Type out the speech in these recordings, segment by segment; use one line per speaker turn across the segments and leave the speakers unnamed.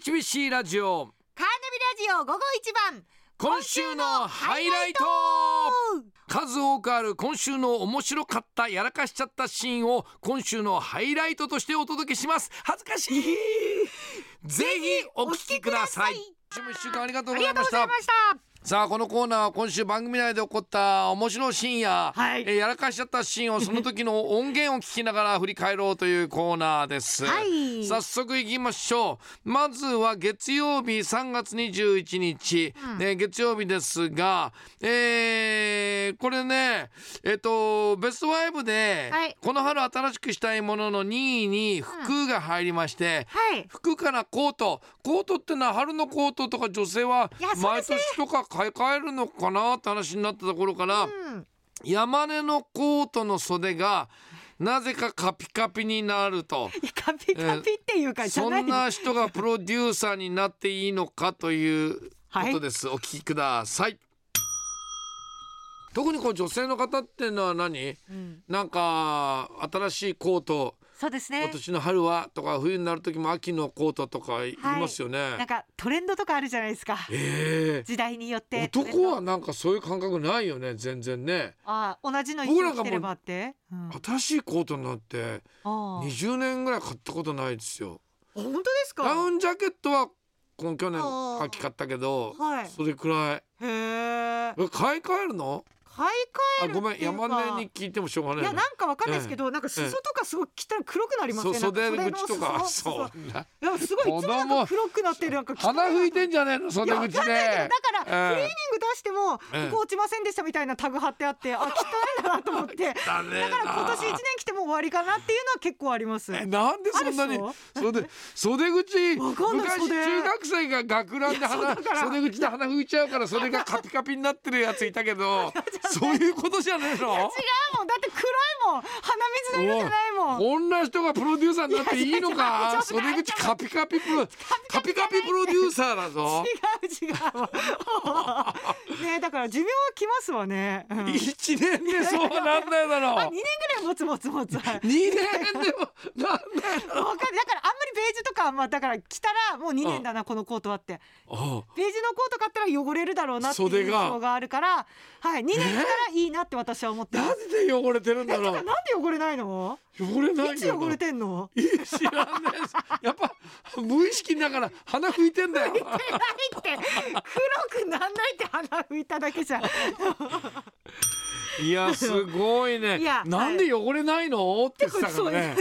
HBC ラジオ
カーナビラジオ午後一番
今週のハイライト数多くある今週の面白かったやらかしちゃったシーンを今週のハイライトとしてお届けします恥ずか しいぜひお聞きください
あ
今週も一週間ありがとうご
り
ざ
が
い
とう
まし
ござい
た
ました
さあこのコーナーは今週番組内で起こった面白いシーンや、
はい
えーやらかしちゃったシーンをその時の音源を聞きながら振り返ろうというコーナーです、
はい
早速いきましょうまずは月曜日3月21日、
うん
えー月曜日ですが、えーこれねえっ、とベスト5で、
はい
この春新しくしたいものの2位に服が入りまして、
はい
服からコートコートってのは春のコートとか女性はい
やそうで
毎
すね
年とか買い替えるのかなって話になったところから、
うん
山根のコートの袖がなぜかカピカピになると。
いやカピカピっていうかじゃ
そ
ない
んな人がプロデューサーになっていいのかということです、お聞きください特にこう女性の方ってのは何
うん
なんか新しいコート
そうですね
今年の春はとか冬になる時も秋のコートとか言いますよね、
なんかトレンドとかあるじゃないですか
え
時代によっ
え
て
男はなんかそういう感覚ないよね全然ね
あ同じの一
僕ら
緒
がもう
着てればってうん
新しいコートになって
あー
20年ぐらい買ったことないですよ
本当です
ダウ
か
ンジャケットはこの去年
あー
秋買ったけど
はい
それくらい
へえ
え買い替えるの
買い替
あ
えるってい
ご
うか
めん山根に聞いてもしょうがない
いや
な
なんかわかんないですけど、なんか裾とかすごい汚い黒くなります
そ
ね。
う袖
なんか
口とか
の裾
そう
いやすごいいつもなん
子供
か黒くなってるなんか
鼻拭いて
ん
んじゃねえの袖
いやわかんないけ
口
ど
で
だから、
うん
クリーニング出しても、
うん
ここ落ちませんでしたみたいなタグ貼ってあってあ汚いなと思って だか
だね
ら今年一年着ても終わりかなっていうのは結構あります。
えなんでそんなに袖袖口
わかんない
昔
袖
中学生が学ランで
いや
鼻
そうだから
袖口で鼻拭いちゃうから袖がカピカピになってるやついたけ どそういうことじゃねえの
違うもんだって黒いもん鼻水の色じゃないもん。
こんな人がプロデューサーになっていい の
い
か
や
袖口カピカピプ ロカピカピプロデューサーだぞ
違う 違うねだから寿命は来ますわね、うん、2年
一年でそうなんだよだ ろ
ぐらい持つ持つ持つはい
二年でもなんだよ
わかるだからあんまりベージュとかまあだから着たらもう2年だなこのコートはって
あ
ベージュのコート買ったら汚れるだろうなっていう
袖
印
が
象があるからはい2年着たらいいなって私は思ってます
なぜで汚れてるんだろ
なん
う
で汚れないの
汚れない
いつ
よ
汚れてん の
いや知らないですやっぱ無意識だから鼻拭いてんだよ
ないって黒くなんないって鼻拭いただけじゃん
いやすごいね
いや
なんで汚れないのって言っ てたからね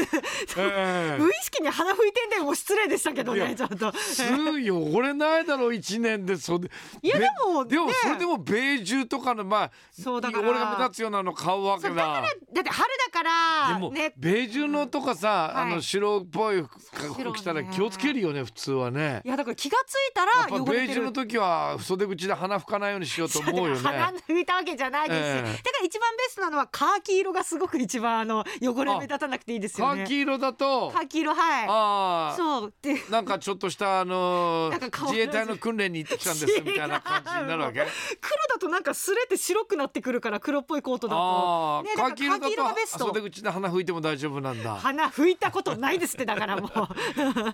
ええ
無意識に鼻拭いてんでもう失礼でしたけど
い
ね
や
ちょっと
すぐ汚れないだろ一年で袖
いや
べ
でもね
でもそれでもベージュとかのまあ
そうだ
汚
か
れ
ら
が目立つようなの買うわけ
そうだ
だ
からだって春だか
で
ら
も
ね
ベージュのとかさ
うんはい
あの白っぽい服
白
服
ね
着たら気をつけるよね普通はね
いやだから気がつい
やったぱ
ら汚
ベ
れ
ー
て
ジュ
る
の時は袖口で鼻拭かないようにしようと思うよね
鼻抜いたわけじゃないですし、
ええ
だから一番ベストなのはカーキ色がすごく一番あの汚れ目立たなくていいです
カ
よね。
ーキ色だと
カーキ色は
あ
い。
あ
そうっていう
なんかちょっとしたあの
なんか
ー
顔
自衛隊の訓練に行ってきたんですみたいな感じになるわ け
違う黒だとなんか擦れて白くなってくるから黒っぽいコートだ
あ
と。
あ
ね、だ
カー
から
キ色
カーキ色が
だ
ベス
と袖
ト。
口で鼻拭いても大丈夫なんだ
鼻拭いたことないですってだか らも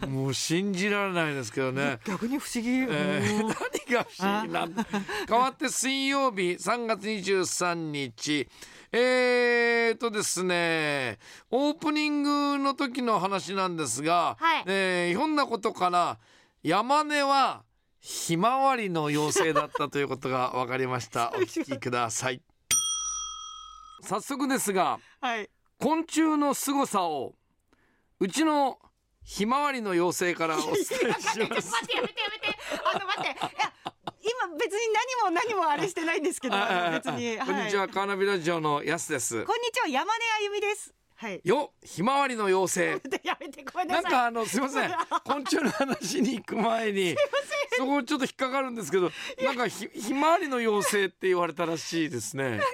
う
もう信じられないですけどね。
逆に不思議、
えー
うん
何が不思議なんだ変わって水曜日3月23日えー、とですねオープニングの時の話なんですが、
はい
えーひょんなことから山根はひまわりの妖精だったということが分かりました お聞きください早速ですが
はい
昆虫の凄さをうちのひまわりの妖精からお伝えし
ちょっと
ま
待
す
ってやめてやめてあの待っていや今別に何も何もあれしてないんですけどあの別に、
あああこんにちは、カーナビラジオのやすです
こんにちは山根あゆみです。はい。
よひまわりの妖精
やめてごめん
な
なさ
ん
い。
かあのすいません昆虫の話に行く前にそこちょっと引っかかるんですけどなんかひひまわりの妖精って言われたらしいですね
なんか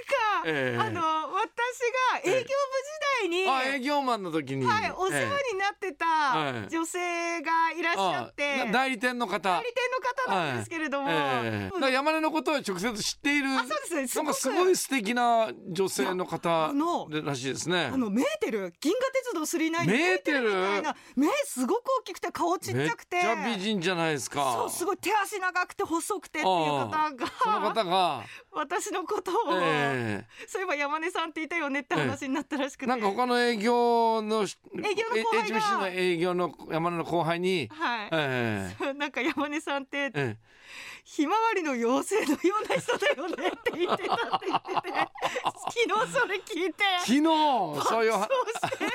ええ
あの私が営業部時代に、
あ営業マンの時に
はいお世話になってた
ええ
女性がいらっしゃって、
あな代理店の方
代理店の方なんですけれども、
ええ
うん
だから山根のことを直接知っている
あそうですねす
な
ご
ん
く
かすごい素敵な女性の方
あの
でらしいですね
あ。のメーテル銀河鉄道999に
メーテル
みたいな目すごく大きくて顔ちっち
めっ
ゃくて
ちゃ美人じゃないですか。
そうすごい手足長くて細くてっていう方が
その方が、
私のことを、
え
そういえば山根さんっていたよねって話になったらしく
え
て、
なんか他の営業のし
営業の後輩が
HBC の営業の山根の後輩に、
はい、
ええ
なんか山根さんって
え
ひまわりの妖精のような人だよねって言ってたって言ってて昨日それ聞いて
え、昨日そういうは
そうして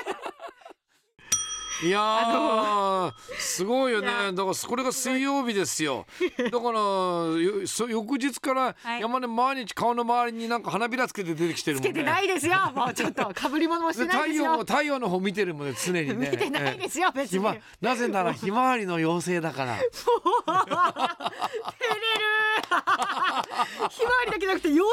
いやーすごいよね
いや
だからこれが水曜日ですよだからよそ翌日から
はい
山根毎日顔の周りになんか花びらつけて出てきてる
つ
もんね
けてないですよもうちょっとかぶり物もし
で
てな
太
いです
陽も
よ
太陽の方見てるもんね常にね
見てないですよ別
ひ
に
まなぜならひまわりの妖精だ から
照れるひまわりだけじゃなくて妖精になっ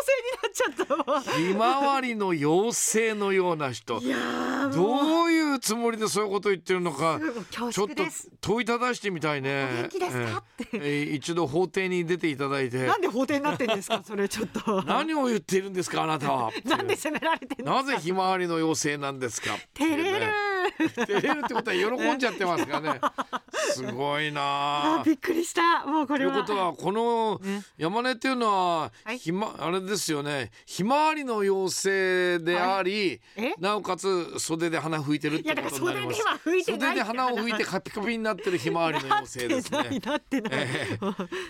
ちゃったわ
ひまわりの妖精のような人
いやーもう
どういうつもりでそういうこと言ってるのか
もう恐
ちょっ
縮
と
です
問いただしてみたいね
お元気ですか
え
って
ええ一度法廷に出ていただいて
なんで法廷になってんですかそれちょっと
何を言っているんですかあなたは
なんで責められてんの
なぜひまわりの妖精なんですかってい
照
うね
れる
照れるってことは喜んじゃってますから ねすごいな
あ
あ
びっくりしたもうことれ
いう
は
ことはこの
ね
山根っていうのは、
はい
ひまあれですよねひまわりの妖精であり、
はいえ
なおかつ袖で花吹いてるっ
いや
て
だから
ことになりま
袖で
す
は拭いてない
袖で花を吹いてカピカピになってるひまわりの妖精ですね
なってないなってない、
え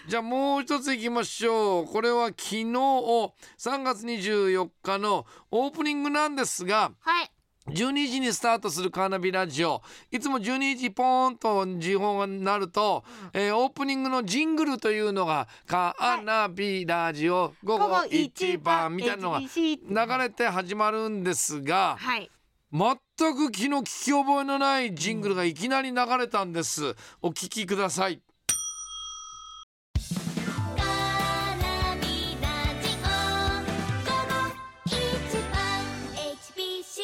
じゃあもう一ついきましょうこれは昨日3月24日のオープニングなんですが
はい
12時にスタートするカーナビラジオいつも12時ポーンと時報になると、えーオープニングのジングルというのが「カーナビラジオ午後1番」みたいなのが
HBC
流れて始まるんですが
はい
全く昨日聞き覚えのないジングルがいきなり流れたんですお聞きください
「カラビラジオ」「午後一番 HBC」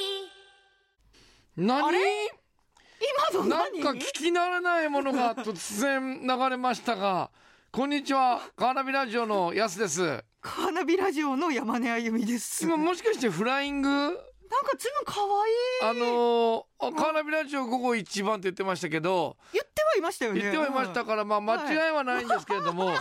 何
あれ今の
なん
何
か聞き慣れないものが突然流れましたがこんにちはカーナビラジオのやすです
カーナビラジオの山根あゆみですな
今
んか
もしかしてフライング
ずいぶん可愛
あ
い
のーあカーナビラジオ午後一番って言ってましたけど
言ってはいましたよね
言ってはいました
うん
からまあ間違いはないんですけれど も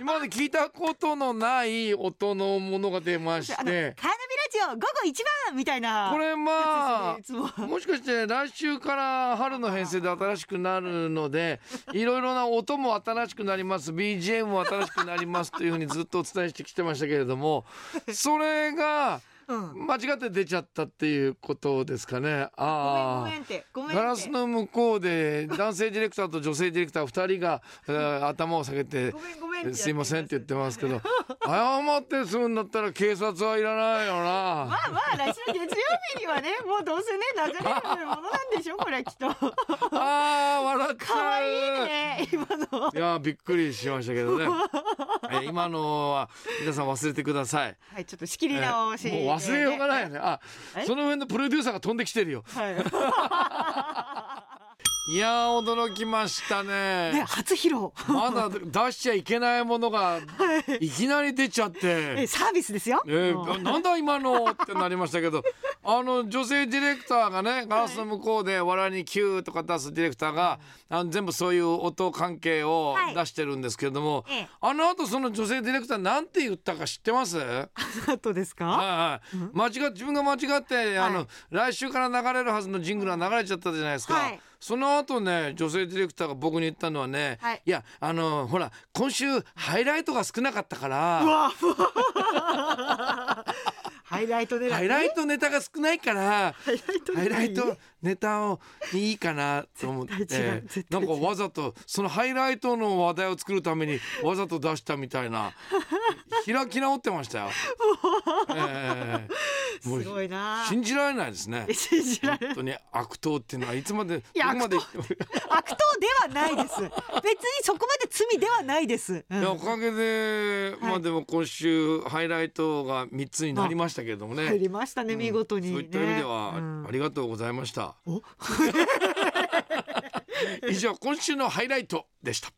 今まで聞いたことのない音のものが出まし
あのカーナビラ
て
ジオ午後一番みたいな
これまあ
やつですねいつも
もしかして来週から春の編成で新しくなるのでいろいろな音も新しくなります BGM も新しくなりますというふうにずっとお伝えしてきてましたけれどもそれが
うん
間違って出ちゃったっていうことですかね。
ご
あ
めんごめ
あ
んってごめんって
ガラスの向こうで男性ディレクターと女性ディレクター2人がえー頭を下げて
ごめんごめんってや
「
って
すいません」って言ってますけど謝って済むんだったら警察はいらないよな。
まあまあ来週の月曜日にはねもうどうせね流れるものなんでしょこれはきっと
あー笑っちゃう
可愛いね今の
いやーびっくりしましたけどね。えー今のは皆さん忘れてください。
はいちょっと仕切
え
り
ーもう
直しでね
忘れようがないよね。あ
え、
その辺のプロデューサーが飛んできてるよ。
はい
いやー驚きましたね。
ね初披露
まだ出しちゃいけないものがいきなり出ちゃって。
えサービスですよ、
えー
もう
なんだ今のってなりましたけどあの女性ディレクターがねガラスの向こうで笑いに「キュー」とか出すディレクターがあの全部そういう音関係を
はい
出してるんですけれども、
ええ
あの後その女性ディレクターなんて言ったか知ってますはい
あとですか、
はい間違っ自分が間違って、あの来週から流れるはずのジングルが流れちゃったじゃないですか、
はい
その後ね女性ディレクターが僕に言ったのはね、
はいい、
やあのほら今週ハイライトが少なかったから。
うわハイライト狙い
ハイライトネタが少ないから、ハイライトネタをいいかなと思って
絶対違う絶、
な
対
んかわざとそのハイライトの話題を作るためにわざと出したみたいな、開き直ってま したよ。ええもう
すごいな
信じられないですね。
信じられない
本当に悪党っていうのはいつまでどこ
いや
まで言っても
悪党ではないです別にそこまで罪ではないです、うん
いやおかげで、ま
は
あ
い
でも今週ハイライトが三つになりましたけれどもね。
入りましたね、見事に、ね、
そういった意味では、
うん
ありがとうございました。以上今週のハイライトでした。